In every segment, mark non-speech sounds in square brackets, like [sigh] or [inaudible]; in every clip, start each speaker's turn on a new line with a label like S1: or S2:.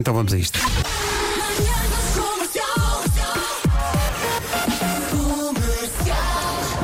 S1: Então vamos a isto.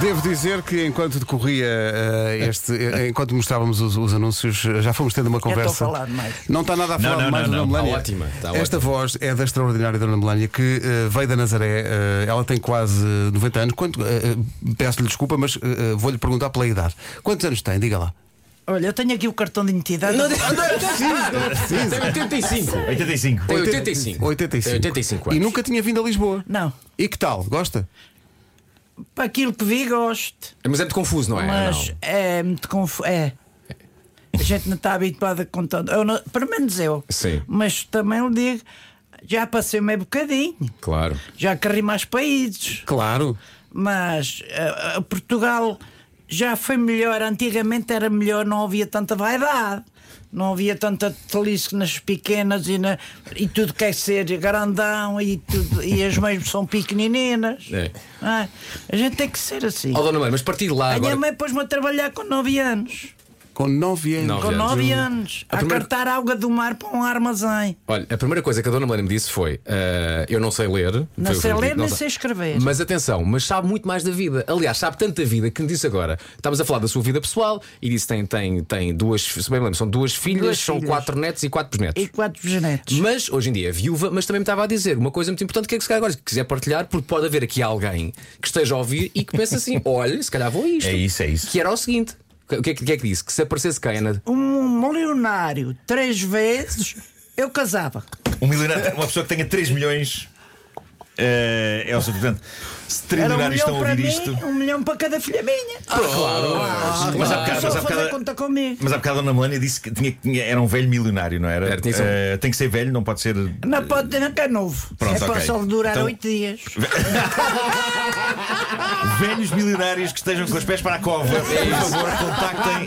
S1: Devo dizer que enquanto decorria eh, este, eh, enquanto mostrávamos os, os anúncios, eh, já fomos tendo uma conversa.
S2: a falar demais.
S1: Não está nada a falar
S3: Não, não,
S1: demais
S3: não,
S1: da
S3: não.
S1: Dona Melania.
S3: Está ótima, está
S1: Esta
S3: ótima.
S1: voz é da extraordinária Dona Melania que eh, veio da Nazaré. eh, ela tem quase eh, 90 anos. Quanto, eh, eh, Peço-lhe desculpa, mas eh, eh, vou-lhe perguntar pela idade. Quantos anos tem? Diga lá.
S2: Olha, eu tenho aqui o cartão de identidade.
S3: Tem 85.
S4: 85.
S3: Tem 85.
S1: 85.
S3: Tem 85
S1: E
S3: anos.
S1: nunca tinha vindo a Lisboa.
S2: Não.
S1: E que tal? Gosta?
S2: Para aquilo que vi, gosto.
S3: Mas é muito confuso, não é?
S2: Mas
S3: Não.
S2: é muito confuso. É. A gente não está habituada a contar. Eu não- pelo menos eu.
S3: Sim.
S2: Mas também lhe digo, já passei meio bocadinho.
S3: Claro.
S2: Já corri mais países.
S1: Claro.
S2: Mas eh, eh, Portugal já foi melhor. Antigamente era melhor, não havia tanta vaidade. Não havia tanta tolice nas pequenas e, na- e tudo quer ser grandão e, tudo, e as mães são pequeninas.
S3: É.
S2: A gente tem que ser assim.
S3: Ó, dona Maria, mas partir lá
S2: a minha
S3: agora.
S2: mãe pôs-me a trabalhar com 9 anos.
S1: Com 9 anos.
S3: Nove
S2: Com
S3: anos.
S1: É,
S3: Hum.
S2: 9 anos.
S3: A
S2: A,
S3: primeira-
S2: cartar água do mar para um armazém.
S3: Olha, a primeira coisa que a dona Melania me disse foi: ah, Eu não sei ler.
S2: Não
S3: Foi o
S2: sei
S3: que me
S2: ler
S3: disse,
S2: nem sei escrever.
S3: Mas atenção, mas sabe muito mais da vida. Aliás, sabe tanto da vida que me disse agora. Estamos a falar da sua vida pessoal e disse tem tem tem duas, se bem me lembro, são duas filhas,
S2: Duas
S3: são
S2: filhas.
S3: quatro netos e quatro bisnetos.
S2: E quatro genetos.
S3: Mas hoje em dia é viúva, mas também me estava a dizer uma coisa muito importante que é que se calhar agora se quiser partilhar, porque pode haver aqui alguém que esteja a ouvir e que pensa
S4: [laughs]
S3: assim: olha, se calhar vou a isto.
S4: É isso, é isso.
S3: Que era o seguinte: o que é que, o que é que disse? Que se aparecesse quem, Ana?
S2: Um milionário três vezes, eu casava.
S4: [laughs] Um milionário, uma pessoa que tenha 3 milhões eh, é o suficiente. Se
S2: Era um
S4: trilionários estão
S2: milhão
S4: a
S2: para
S4: ouvir
S2: mim,
S4: isto.
S2: um milhão para cada filha minha.
S4: Mas
S2: Começou
S4: há bocado, mas
S2: a
S4: há
S2: fazer
S4: bocado.
S2: conta comigo.
S4: Mas há bocado a Dona Melania disse que tinha, tinha- era um velho milionário, não era?
S3: Era, tinha que ser um-
S4: Eh, tem que ser velho, não pode ser.
S2: Não pode ter nunca é novo.
S4: Eh, Pronto,
S2: é para
S4: ok.
S2: só durar
S4: Então-
S2: oito dias.
S4: Velhos milionários que estejam com os pés para a cova.
S2: É
S4: Por favor, contactem,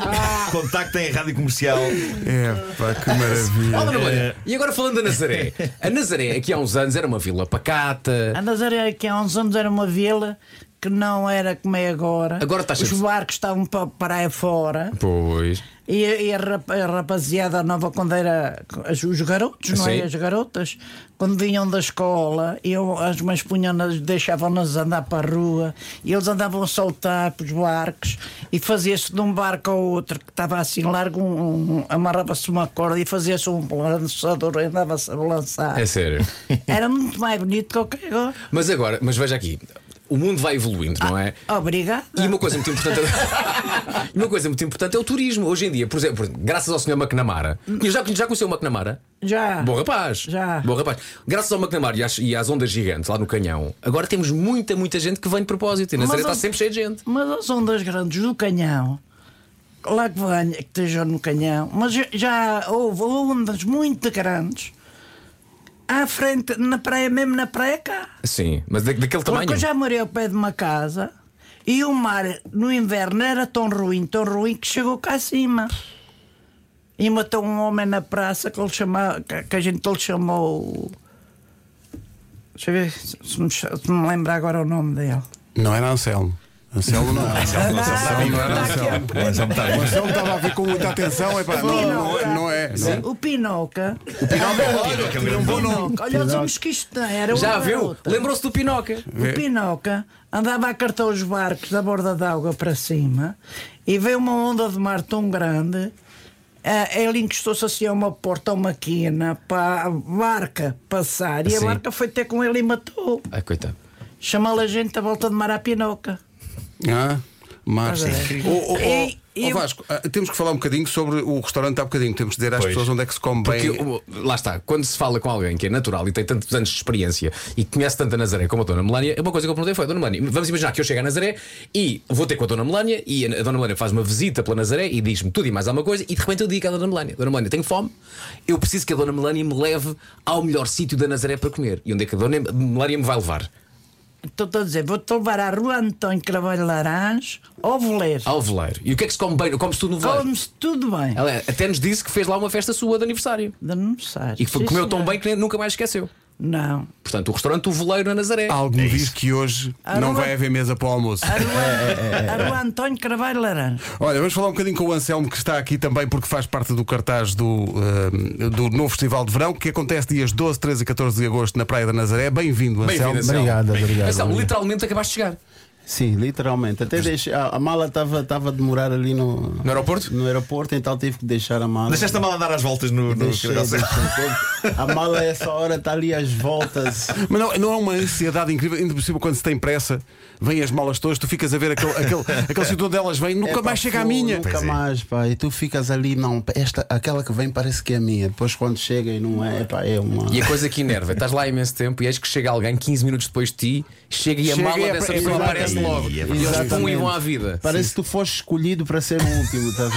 S4: contactem a rádio comercial.
S1: É, pá, que maravilha.
S4: Hum.
S3: Oh, dona
S4: É.
S3: Bolha, E agora falando da Nazaré. A Nazaré, aqui há uns anos, era uma vila pacata.
S2: A Nazaré aqui há uns anos era uma vila que não era como é agora.
S3: Agora está
S2: Os
S3: cheio de-
S2: barcos estavam para para aí fora.
S3: Pois.
S2: E, a- e a, rap- a rapaziada nova, quando era. as- Os garotos, não
S3: Sim.
S2: é? As garotas, quando vinham da escola, eu, as mães punham-nas, deixavam-nas andar para a rua e eles andavam a soltar para os barcos e fazia-se de um barco ao outro, que estava assim largo, um, um- amarrava-se uma corda e fazia-se um lançador e andava-se a lançar.
S3: É sério.
S2: Era muito mais bonito que o que é agora.
S3: Mas agora, mas veja aqui: o mundo vai evoluindo, não é?
S2: Obrigada.
S3: E uma coisa muito importante [laughs] E uma coisa muito importante é o turismo Hoje em dia, por exemplo, graças ao Sr. McNamara
S4: Hum.
S3: E já, já conheceu o McNamara?
S2: Já.
S3: Bom rapaz.
S2: Ah, Já.
S3: Bom rapaz. Graças ao McNamara e às, e às ondas gigantes lá no canhão, agora temos muita, muita gente que vem de propósito. E na Nazaré
S2: Mas
S3: está
S2: as-
S3: sempre cheia de gente.
S2: Mas as ondas grandes do canhão, lá que venha, que estejam no canhão, mas já- já houve ondas muito grandes à frente, na praia, mesmo na praia cá.
S3: Sim, mas da-
S2: Porque
S3: daquele tamanho.
S2: eu já morei ao pé de uma casa e o mar no inverno era tão ruim, tão ruim, que chegou cá acima. E matou um homem na praça que, ele chama, que que a gente lhe chamou. Deixa eu ver se se me, cha- se me lembra agora o nome dele.
S1: Não era Anselmo. Anselmo não.
S3: [laughs]
S1: Anselmo
S4: Não,
S1: não era
S2: Está aqui à
S1: Anselmo.
S4: Mas é um
S1: O
S4: bocado-
S1: Anselmo estava a ver com muita atenção. É pá, não, não é. Não é. Não é.
S2: O Pinoca.
S4: Olha, que é um grande nome.
S2: Pinoca. Olha os homens que isto tem, era
S3: Já
S2: uma
S3: viu?
S2: garota.
S3: Lembrou-se do Pinoca.
S2: O Pinoca andava a cartar os barcos da borda d'água para cima e veio uma onda de mar tão grande. ah, Ele encostou-se assim a uma porta, a uma quina, para a barca passar. E a
S3: Sim.
S2: barca foi ter com ele e matou.
S3: Ai, coitado.
S2: Chamou a gente à volta de mar à Pinoca.
S1: Ah, mas.
S2: Mas é.
S1: Ô, ô, ô,
S2: E- e
S1: ô,
S2: eu-
S1: Vasco, ah, temos que falar um bocadinho sobre o restaurante há bocadinho. Temos de dizer às
S4: Pois.
S1: pessoas onde é que se come
S3: Porque,
S1: bem.
S3: o- lá está, quando se fala com alguém que é natural e tem tantos anos de experiência e que conhece tanto a Nazaré como a Dona Melania, uma coisa que eu perguntei foi: Dona Melania, vamos imaginar que eu chego à Nazaré e vou ter com a Dona Melania e a Dona Melania faz uma visita pela Nazaré e diz-me tudo e mais alguma coisa e de repente eu digo à Dona Melania: Dona Melania, tenho fome, eu preciso que a Dona Melania me leve ao melhor sítio da Nazaré para comer. E onde é que a Dona Melania me vai levar?
S2: Então, Estou a dizer, vou-te levar à rua António Carvalho Laranjo ao voleiro.
S3: Ao veleiro. E o que é que se come bem? Come-se tudo no veleiro.
S2: Come-se tudo bem.
S3: Ela até nos disse que fez lá uma festa sua de aniversário
S2: De não sair.
S3: e que foi-
S2: Sim,
S3: comeu tão
S2: senhora.
S3: bem que nem- nunca mais esqueceu.
S2: Não.
S3: Portanto, o restaurante O Voleiro na Nazaré.
S1: Algo me
S4: É
S1: diz
S4: isso.
S1: que hoje
S2: Ah,
S1: não
S2: não
S1: vai
S2: é?
S1: haver mesa para o almoço.
S2: Arua, Arua António Carvalho Laranja.
S1: Olha, vamos falar um bocadinho com o Anselmo, que está aqui também porque faz parte do cartaz do, eh, do novo Festival de Verão, que acontece dias 12, 13 e 14 de agosto na Praia da Nazaré. Bem-vindo, Anselmo.
S3: Anselmo.
S5: Então, Obrigado, obrigado.
S3: Anselmo, literalmente acabaste de chegar.
S5: Sim, literalmente. Até deixei, a, a mala estava tava a demorar ali no,
S3: No aeroporto?
S5: no aeroporto, então tive que deixar a mala.
S4: Deixaste a mala andar às voltas no. no
S5: Deixei, deixei. A mala a essa hora está ali às
S3: [laughs]
S5: voltas.
S1: Mas não, não é uma ansiedade incrível, ainda por cima quando se tem pressa, vêm as malas todas, tu ficas a ver aquele,
S5: [laughs]
S1: aquele, aquele sítio onde elas vêm, nunca
S5: É, pá,
S1: mais chega à
S5: pô,
S1: minha.
S5: Nunca
S4: Pois é.
S5: mais, pá. E tu ficas ali, não, esta, aquela que vem parece que é minha. Depois quando chega e não é, pá, é uma.
S3: E a coisa que enerva, estás lá há imenso tempo e és que chega alguém 15 minutos depois de ti, chega e a
S1: Chega
S3: mala
S1: e a-
S3: dessa pessoa
S1: exato.
S3: aparece logo.
S4: E
S3: E
S4: é
S3: eles
S5: verdade.
S3: pum e vão à vida.
S5: Parece que tu foste escolhido para ser o último. Tá?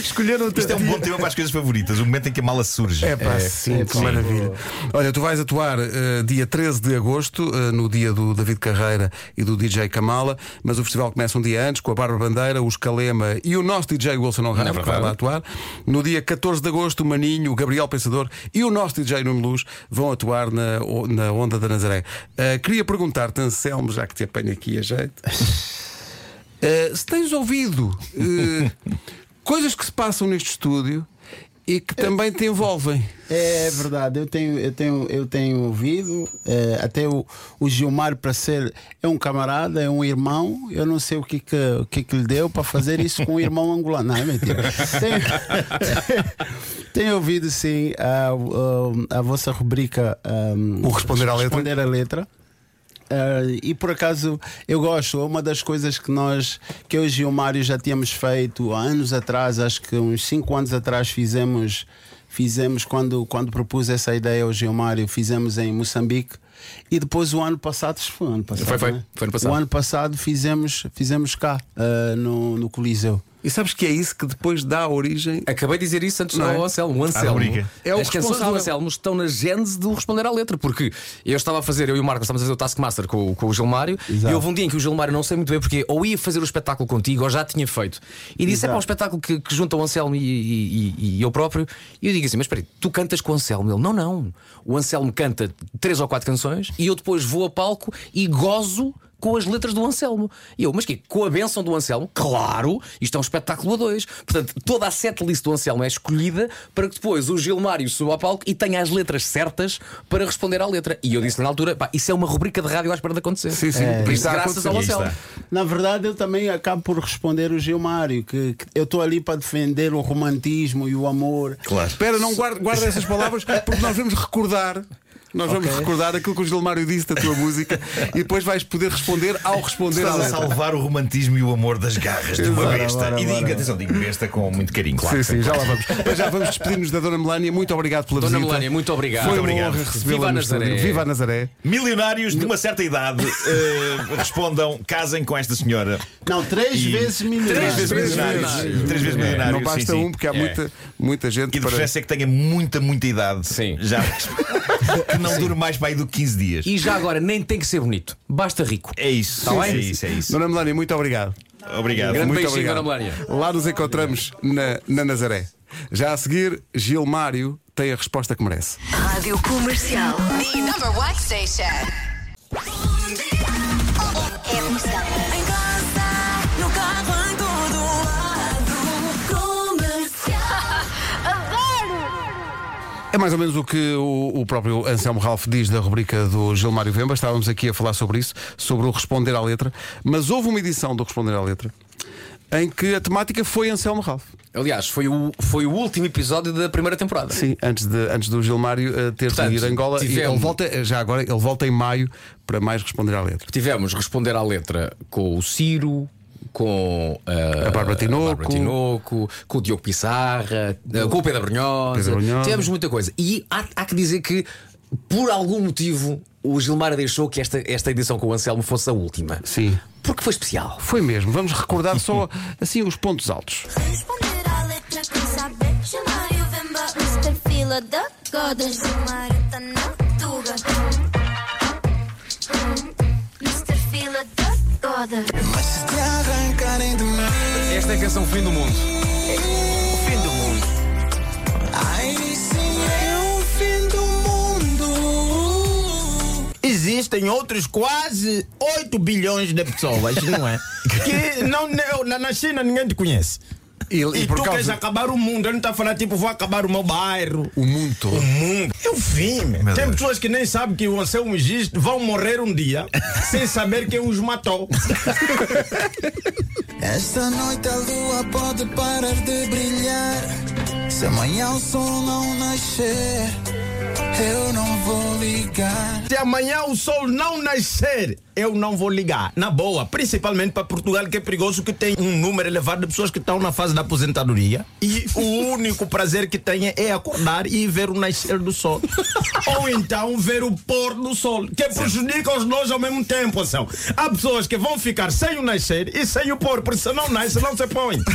S1: Escolheram o teu
S4: Isto é um bom tema para as coisas favoritas, o momento em que a mala surge.
S1: É pá, sim,
S5: é
S1: que
S5: pá.
S1: maravilha. Olha, tu vais atuar eh, dia 13 de agosto, eh, no dia do David Carreira e do DJ Kamala, mas o festival começa um dia antes com a Bárbara Bandeira, os Calema e o nosso DJ Wilson
S3: Não
S1: O'Hara,
S3: é
S1: que vai lá atuar. No dia 14 de agosto, o Maninho, o Gabriel Pensador e o nosso DJ Nuno Luz vão atuar na, o- na Onda da Nazaré. Eh, queria perguntar-te, Anselmo, já que te apanho aqui a jeito, eh, se tens ouvido eh, coisas que se passam neste estúdio. E que também te envolvem.
S5: É verdade, eu tenho, eu tenho, eu tenho ouvido, eh, até o, o Gilmar para ser é um camarada, é um irmão, eu não sei o que que, o que, que lhe deu para fazer isso com um irmão angolano. Não, é mentira. Tenho, [laughs] tenho ouvido sim a, a, a vossa rubrica hum, ahm,
S1: O Responder à Letra.
S5: Responder à letra. Eh, e por acaso eu gosto, é uma das coisas que nós, que eu e o Gilmário já tínhamos feito há anos atrás, acho que uns 5 anos atrás fizemos, fizemos quando, quando propus essa ideia ao Gilmário, fizemos em Moçambique e depois o ano passado, isso foi o ano passado,
S3: Foi, foi.
S5: né?
S3: Foi ano passado.
S5: O ano passado fizemos, fizemos cá eh, no, no Coliseu.
S1: E sabes que é isso que depois dá origem.
S3: Acabei de dizer isso antes
S1: Não
S3: não
S1: é?
S3: ao Anselmo. O Anselmo
S4: rubrica.
S1: É o
S3: as canções
S1: responsável.
S3: do Anselmo estão na gênese do responder à letra, porque eu estava a fazer, eu e o Marco estávamos a fazer o Taskmaster com, o- com o Gilmário,
S5: Exato.
S3: e houve um dia em que o Gilmário não sei muito bem porque ou ia fazer o espetáculo contigo ou já tinha feito. E disse: é
S5: Exato.
S3: para um espetáculo que, que junta o Anselmo e, e- e- e eu próprio. E eu digo assim: mas espera aí, tu cantas com o Anselmo? Ele: não, não. O Anselmo canta três ou quatro canções e eu depois vou a palco e gozo. Com as letras do Anselmo. E eu, mas que Com a benção do Anselmo? Claro! Isto é um espetáculo a dois. Portanto, toda a setlist do Anselmo é escolhida para que depois o Gilmário suba ao palco e tenha as letras certas para responder à letra. E eu disse na altura: pá, isso é uma rubrica de rádio à espera de acontecer.
S1: Sim, sim.
S3: Por isso,
S1: Está a
S3: graças ao
S4: Aqui está.
S3: Anselmo.
S5: Na verdade, eu também acabo por responder o Gilmário, que, que eu estou ali para defender o romantismo e o amor.
S4: Claro.
S1: Espera, não guarda, guarda essas palavras, porque nós vamos recordar. Nós vamos recordar aquilo que o Gilmário disse da tua [laughs] música e depois vais poder responder ao responder à
S4: Estás a
S1: letra.
S4: salvar o romantismo e o amor das garras de uma
S1: Bora,
S4: besta.
S5: bora,
S4: e digo,
S5: bora.
S4: atenção, digo besta com muito carinho, claro.
S1: Sim, sim, já lá vamos. Mas já vamos despedir-nos da Dona Melania. Muito obrigado pela
S3: Dona
S1: visita.
S3: Melania, muito obrigado.
S1: Foi
S4: Muito
S1: uma
S4: obrigado.
S1: honra
S3: Viva
S1: recebê-la
S3: a
S1: no estúdio.
S3: Nazaré.
S1: Viva a Nazaré.
S4: Milionários de uma certa idade eh, respondam, casem com esta senhora.
S5: Não, três
S4: E-
S5: vezes
S4: Três
S5: milionário.
S4: vezes milionários.
S3: milionário.
S4: Três vezes milionários.
S1: Não basta
S4: sim, sim.
S1: um, porque há
S4: É.
S1: muita, muita gente
S4: E de
S1: para.
S4: preferência é que tenha muita, muita idade.
S3: Sim. [laughs]
S4: Já. que não dure mais para aí do que 15 dias.
S3: E já agora nem tem que ser bonito, basta rico.
S4: É isso.
S3: Tá
S4: é
S3: bem?
S4: isso, é isso.
S1: Dona Melania, muito obrigado.
S4: Obrigado.
S3: Grande
S1: Muito
S3: beijinho,
S1: obrigado.
S3: Dona Melania.
S1: Lá nos encontramos na, na Nazaré. Já a seguir, Gilmário tem a resposta que merece.
S6: Rádio Comercial. The number one station. É comercial. Em casa, no carro, em todo lado. Comercial. [laughs] Adoro!
S1: É mais ou menos o que o, o próprio Anselmo Ralph diz da rubrica do Gilmário Vemba. Estávamos aqui a falar sobre isso, sobre o responder à letra. Mas houve uma edição do Responder à Letra em que a temática foi Anselmo Ralph.
S3: Aliás, foi o, foi o último episódio da primeira temporada.
S1: Sim, antes, de, antes do Gilmário eh, ter
S3: Portanto,
S1: de ir a Angola. E
S3: tivemos-
S1: ele volta, eh, já agora, ele volta em maio para mais responder à letra.
S3: Tivemos responder à letra com o Ciro. Com ah,
S1: A Bárbara Tinoco.
S3: Tinoco, com o Diogo Pissarra, ah, com o Pedro Brunhosa.
S1: Pedro Brunhosa.
S3: Tivemos muita coisa. E há, há que dizer que, por algum motivo, o Gilmar deixou que esta, esta edição com o Anselmo fosse a última.
S1: Sim.
S3: Porque foi especial.
S1: Foi mesmo. Vamos recordar
S3: [laughs]
S1: só assim os pontos altos.
S7: Responder à letra que saber chamar e o Vemba Mr. Fila da Godas O Marita na Tuga Mr. Fila da Godas
S3: Esta é a canção Fim do Mundo.
S8: Ai, sim, é o fim do mundo. existem outros quase 8 bilhões de pessoas, não é? Que
S9: [laughs]
S8: não, não- lá na China ninguém te conhece.
S1: E,
S8: E,
S1: e
S8: tu
S1: por
S8: queres
S1: causa
S8: acabar o mundo, eu não está a falar tipo, vou acabar o meu bairro.
S1: o mundo todo.
S8: O
S4: Um-
S8: mundo. É o fim, meu.
S4: Meu
S8: Tem
S4: Deus.
S8: pessoas que nem sabem que você é um gisto, vão morrer um
S9: [laughs]
S8: dia sem saber quem os matou.
S9: Esta noite a lua pode parar de brilhar. Se amanhã o sol não nascer, eu não vou ligar.
S8: Se amanhã o sol não nascer, eu não vou ligar. Na boa, principalmente para Portugal, que é perigoso, que tem um número elevado de pessoas que estão na fase da aposentadoria. E [laughs] o único prazer que têm é acordar e ver o nascer do sol. [laughs] Ou então ver o pôr do sol, que prejudica os dois ao mesmo tempo. São. Há pessoas que vão ficar sem o nascer e sem o pôr, porque se não nasce, não se põe.
S9: [laughs]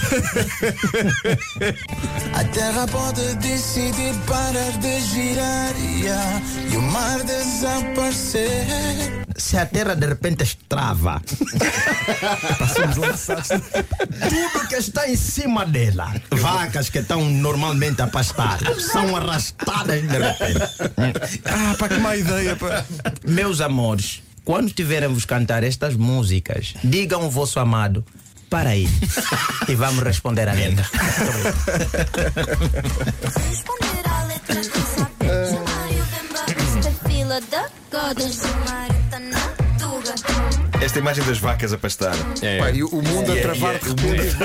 S9: A terra pode decidir parar de girar yeah, e o mar desaparecer.
S8: Se a terra de repente estrava. Tudo que está em cima dela, vacas que estão normalmente a pastar, são arrastadas de repente.
S1: Ah, pá, que má ideia,
S4: [laughs]
S1: pá.
S8: Meus amores, quando tivermos cantar estas músicas, digam o vosso amado. Para aí. E vamos responder a letra.
S7: Responder à letra sem saber chamar e o Vemba. Esta fila da Godas do mar está na Tuga.
S4: Esta imagem das vacas a pastar.
S1: Pá, e o mundo
S4: É,
S1: a travar de repente.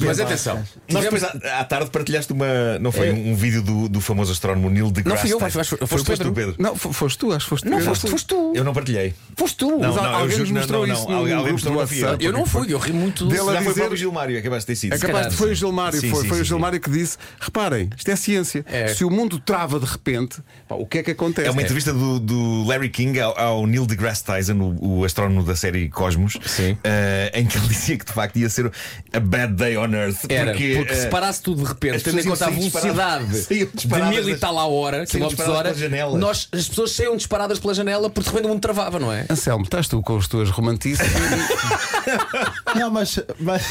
S3: Mas atenção,
S4: Nós depois à, à tarde partilhaste uma. Não foi? Um, um vídeo do, do famoso astrónomo Neil
S3: É.
S4: deGrasse
S3: Não fui eu,
S4: Tyson.
S3: acho- acho-
S4: Foi
S3: foste
S4: depois
S3: Pedro.
S4: tu, Pedro.
S1: Não, fo- foste tu, acho que foste tu. Não,
S3: foste, foste tu.
S4: Eu não partilhei.
S3: Foste tu.
S4: Não,
S1: Al-
S4: não, eu
S1: alguém
S4: juro
S1: nos
S4: que não,
S1: mostrou
S4: não,
S1: isso
S4: não.
S1: no
S4: Alguém- alguém
S1: grupo do
S4: mostrou, não fui eu.
S1: WhatsApp.
S3: Eu não fui, eu ri muito.
S1: Dele
S4: Se
S1: a
S4: não foi o
S1: dizer-
S4: próprio Gilmário, acabaste de ter sido.
S1: É capaz de
S3: calhar,
S1: foi o Gilmário,
S4: Sim,
S1: foi,
S4: sim,
S1: foi o
S4: sim.
S1: Gilmário que disse: reparem, isto é ciência.
S3: É.
S1: Se o mundo trava de repente, pá, o que é que acontece?
S4: É uma entrevista do, do Larry King ao, ao Neil deGrasse Tyson, o, o astrónomo da série Cosmos,
S3: Sim.
S4: eh, em que ele [laughs] dizia que de facto ia ser a bad day on Earth.
S3: Era, porque,
S4: eh,
S3: se parasse tudo de repente,
S4: as
S3: tendo em
S4: pessoas
S3: conta a
S4: iam sair
S3: velocidade
S4: disparadas- saíam
S3: de
S4: disparadas
S3: mil e
S4: das-
S3: tal à hora,
S4: saíam
S3: quilómetros
S4: disparadas
S3: hora,
S4: pela janela.
S3: nós, as pessoas saíam disparadas pela janela porque de repente o mundo travava, não é?
S1: Anselmo, estás tu com as tuas
S4: [laughs]
S1: romantices?
S5: Não, mas, mas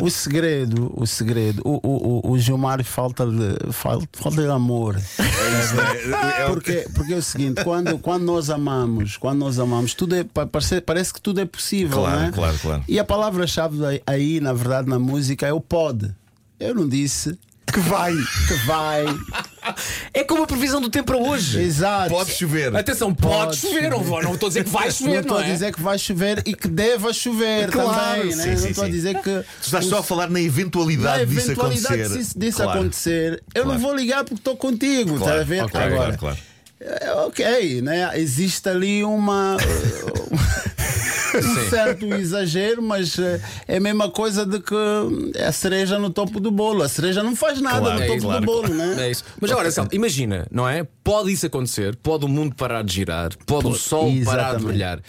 S5: o segredo, o segredo, o, o, o, o Gilmar falta de, falta, falta de amor.
S4: eh, É, é, é,
S5: Porque, porque é o seguinte, quando, quando nós amamos, quando nós amamos, tudo é, pa- parece, parece que tudo é possível.
S4: Claro,
S5: né?
S4: claro, claro.
S5: E a palavra-chave aí- aí, na verdade, na música é o pode. Eu não disse
S1: que vai!
S5: que vai.
S3: É como a previsão do tempo para hoje.
S5: Exato.
S4: Pode chover.
S3: Atenção, pode,
S5: Pode
S3: chover, não vou- não estou a dizer que vai
S5: Não
S3: chover, não,
S5: estou
S3: é?
S5: a dizer que vai chover e que deva chover
S4: Claro,
S5: também.
S4: sim,
S5: Né?
S4: sim,
S5: não estou a
S4: sim.
S5: dizer que.
S4: Tu estás
S5: o
S4: só a falar na eventualidade,
S5: Na
S4: disso
S5: eventualidade
S4: acontecer.
S5: disso, disso
S4: Claro.
S5: acontecer, eu
S4: Claro.
S5: não vou ligar porque estou contigo,
S4: Claro,
S5: está a ver?
S4: ok,
S5: Agora,
S4: claro, claro.
S5: é, ok, né? Existe ali
S4: [laughs]
S5: uma. um certo exagero, mas eh, é a mesma coisa de que é a cereja no topo do bolo. A cereja não faz nada
S4: Claro,
S5: no topo
S4: claro,
S5: do bolo, né?
S3: É isso. Mas agora, Anselmo, imagina, não é? Pode isso acontecer, pode o mundo parar de girar, pode o sol parar de
S5: exatamente.
S3: brilhar.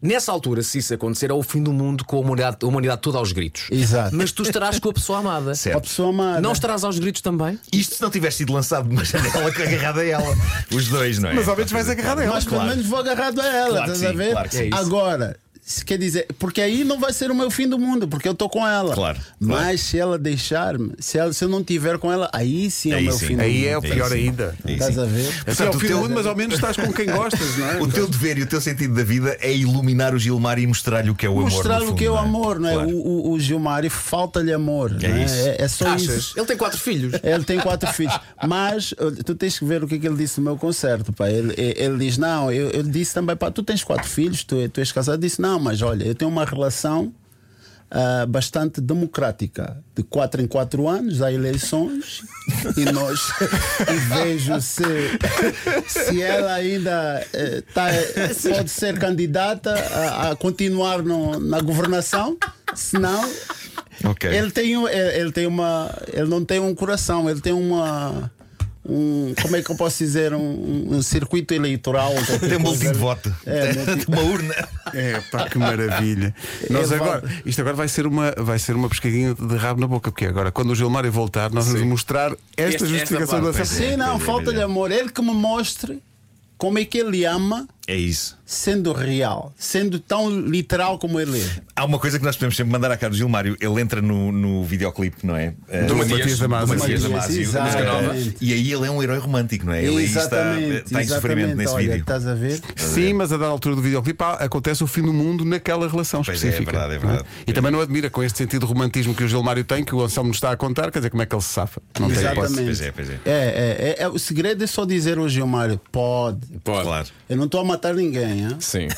S3: Nessa altura, se isso acontecer, é o fim do mundo com a humanidade, a humanidade toda aos gritos.
S5: Exato.
S3: Mas tu estarás com a pessoa amada.
S4: Certo.
S5: A pessoa amada.
S3: Não estarás aos gritos também?
S4: Isto se não tivesse sido lançado de uma janela [laughs] com agarrada a ela. Os dois, não é?
S1: Mas ao menos vais agarrado a ela.
S5: Mas pelo
S4: Claro.
S5: menos vou agarrado a ela,
S4: Claro que
S5: estás
S4: sim,
S5: a ver?
S4: claro que sim.
S3: É isso.
S5: Agora, se quer dizer, porque aí não vai ser o meu fim do mundo, porque eu estou com ela.
S4: Claro,
S5: Mas
S4: claro.
S5: se ela deixar-me, se, ela, se eu não tiver com ela, aí sim é
S4: Aí
S5: o meu
S4: sim,
S5: fim do
S1: Aí
S5: mundo.
S1: é o
S4: Sim,
S1: pior
S4: sim.
S1: ainda.
S4: Aí
S5: Estás
S4: sim.
S5: a ver?
S1: Porque é o fim
S4: Portanto,
S1: do
S4: o teu-
S1: mundo, mas ao menos estás com quem gostas, não é?
S4: O teu dever e o teu sentido da vida é iluminar o Gilmar e mostrar-lhe o que é o amor. no
S5: Mostrar o
S4: fundo,
S5: que é o
S4: não
S5: amor, não é?
S4: Claro.
S5: O, o, o Gilmário falta-lhe amor. não É,
S4: isso.
S5: É- é só
S3: Achas?
S5: isso.
S3: Ele tem quatro filhos.
S5: Ele tem quatro filhos, mas eh, tu tens que ver o que, é que ele disse no meu concerto. Pá. Ele, eh, ele diz: Não, eu, eu disse também, pá, tu tens quatro filhos, tu, tu és casado. Eu disse: Não, mas olha, eu tenho uma relação ah, bastante democrática. De quatro em quatro anos há eleições e nós e vejo se, se ela ainda eh, tá, eh, pode ser candidata a, a continuar no- na governação, se não.
S4: Ok.
S5: Ele tem, um- ele, ele tem uma. Ele não tem um coração, ele tem uma. Um, como é que eu posso dizer? Um, um circuito eleitoral. qualquer
S4: [laughs] Tem um
S5: coisa.
S4: boletim de voto.
S5: [laughs] É,
S4: [laughs] Uma urna.
S1: É, pá, que maravilha. Nós
S5: É,
S1: agora,
S5: vale.
S1: isto agora vai ser, uma, vai ser uma pescadinha de rabo na boca, porque agora, quando o Gilmário voltar, nós vamos mostrar esta
S3: esta
S1: justificação
S3: parte,
S1: da
S5: Sim,
S4: Pois é,
S5: não,
S4: pois é,
S5: falta
S4: pois
S5: de
S4: é.
S5: amor. Ele que me mostre como é que ele ama
S4: É isso.
S5: sendo real, sendo tão literal como ele é.
S4: Há uma coisa que nós podemos sempre mandar à Carlos Gilmário. Ele entra no, no videoclipe, não é? Eh,
S1: Do Matias Damasio.
S4: do Matias
S5: Matias,
S4: Damasio, da música nova.
S5: exatamente.
S4: E aí ele é um herói romântico, não é? Ele aí está, está em sofrimento nesse
S5: Olha, tá-
S4: vídeo.
S5: Estás a ver?
S1: Sim, mas a dada altura do videoclipe há- acontece o fim do mundo naquela relação
S4: Pois é, é
S1: específica.
S4: verdade, é
S1: não
S4: verdade.
S1: E também não admira com este sentido de romantismo que o Gilmário tem, que o Anselmo nos está a contar, quer dizer, como é que ele se safa? Não tem
S4: Exatamente.
S1: hipótese.
S4: Pois é, pois é.
S5: É, é, é, é, o segredo é só dizer ao Gilmário: pode.
S3: Pode.
S4: Claro.
S5: Eu não estou a matar ninguém. Hein?
S3: Sim.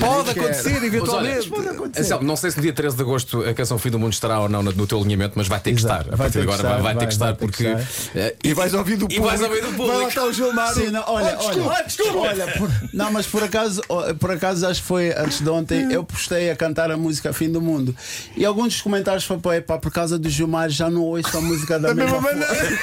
S1: Pode
S5: quero.
S1: acontecer,
S3: Mas olha,
S1: eventualmente.
S3: Anselmo, não sei se no dia 13 de agosto a canção Fim do Mundo estará ou não no teu alinhamento, mas vai ter que
S5: Exato.
S3: estar. A
S5: Vai
S3: partir
S5: ter
S3: de
S5: que
S3: agora vai,
S5: estar,
S3: vai ter que estar
S5: vai, vai ter
S3: porque.
S5: que
S3: eh,
S1: E vais ouvir do
S3: E
S1: público.
S3: vais ouvir do
S1: Vai lá
S3: público.
S1: estar o Gilmário.
S5: Sim, não, olha,
S1: Oh,
S5: olha,
S1: desculpa, desculpa.
S5: olha, por- não, mas por acaso, oh, por acaso acho que foi antes de
S1: Hum.
S5: ontem, eu postei a cantar a música Fim do Mundo. E alguns dos comentários foram para epá, por causa do Gilmar já não ouço a música da,
S1: [laughs] Da mesma
S5: mesma
S1: maneira.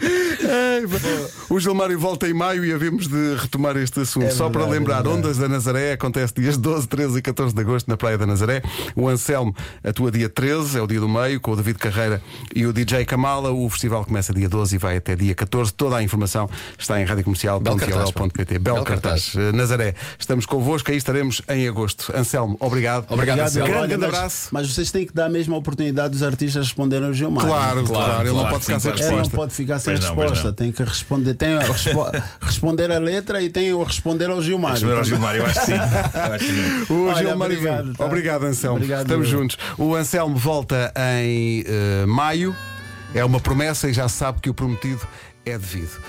S1: Ai, pá. o Gilmário volta em maio e havemos de retomar este assunto.
S5: É
S1: Só para
S5: verdade, é
S1: lembrar,
S5: verdade.
S1: Ondas da Nazaré acontece dias 12, 13 e 14 de agosto na Praia da Nazaré. O Anselmo atua dia 13, é o dia do meio, com o David Carreira e o DJ Kamala. O festival começa dia 12 e vai até dia 14. Toda a informação está em radiocomercial.pt. Bel
S3: Belo
S1: cartaz. Eh,
S3: cartaz.
S1: Nazaré, estamos convosco, aí estaremos em agosto. Anselmo, obrigado.
S3: Obrigado,
S5: Obrigado,
S3: Anselmo.
S1: Grande,
S5: olha,
S1: grande
S5: mas-
S1: abraço.
S5: Mas vocês têm que dar a mesma oportunidade dos artistas responderem ao Gilmar.
S1: Claro, claro, ele não
S4: claro,
S1: pode
S4: sim,
S1: ficar sem
S4: claro.
S5: Ele É, não
S1: resposta.
S5: pode ficar sem
S4: Pois não, pois
S5: resposta,
S4: não.
S5: tem que responder, tem a respo- [laughs] responder a letra e tem o responder ao Gilmar.
S4: Senhor Gilmar, eu acho que sim. Eu acho que sim.
S1: O
S5: Olha,
S1: Gilmar Ivan.
S5: obrigado, tá?
S1: Obrigado, Anselmo.
S5: Obrigado,
S1: Estamos
S5: eu.
S1: juntos. O Anselmo volta em eh, maio. É uma promessa e já sabe que o prometido é devido.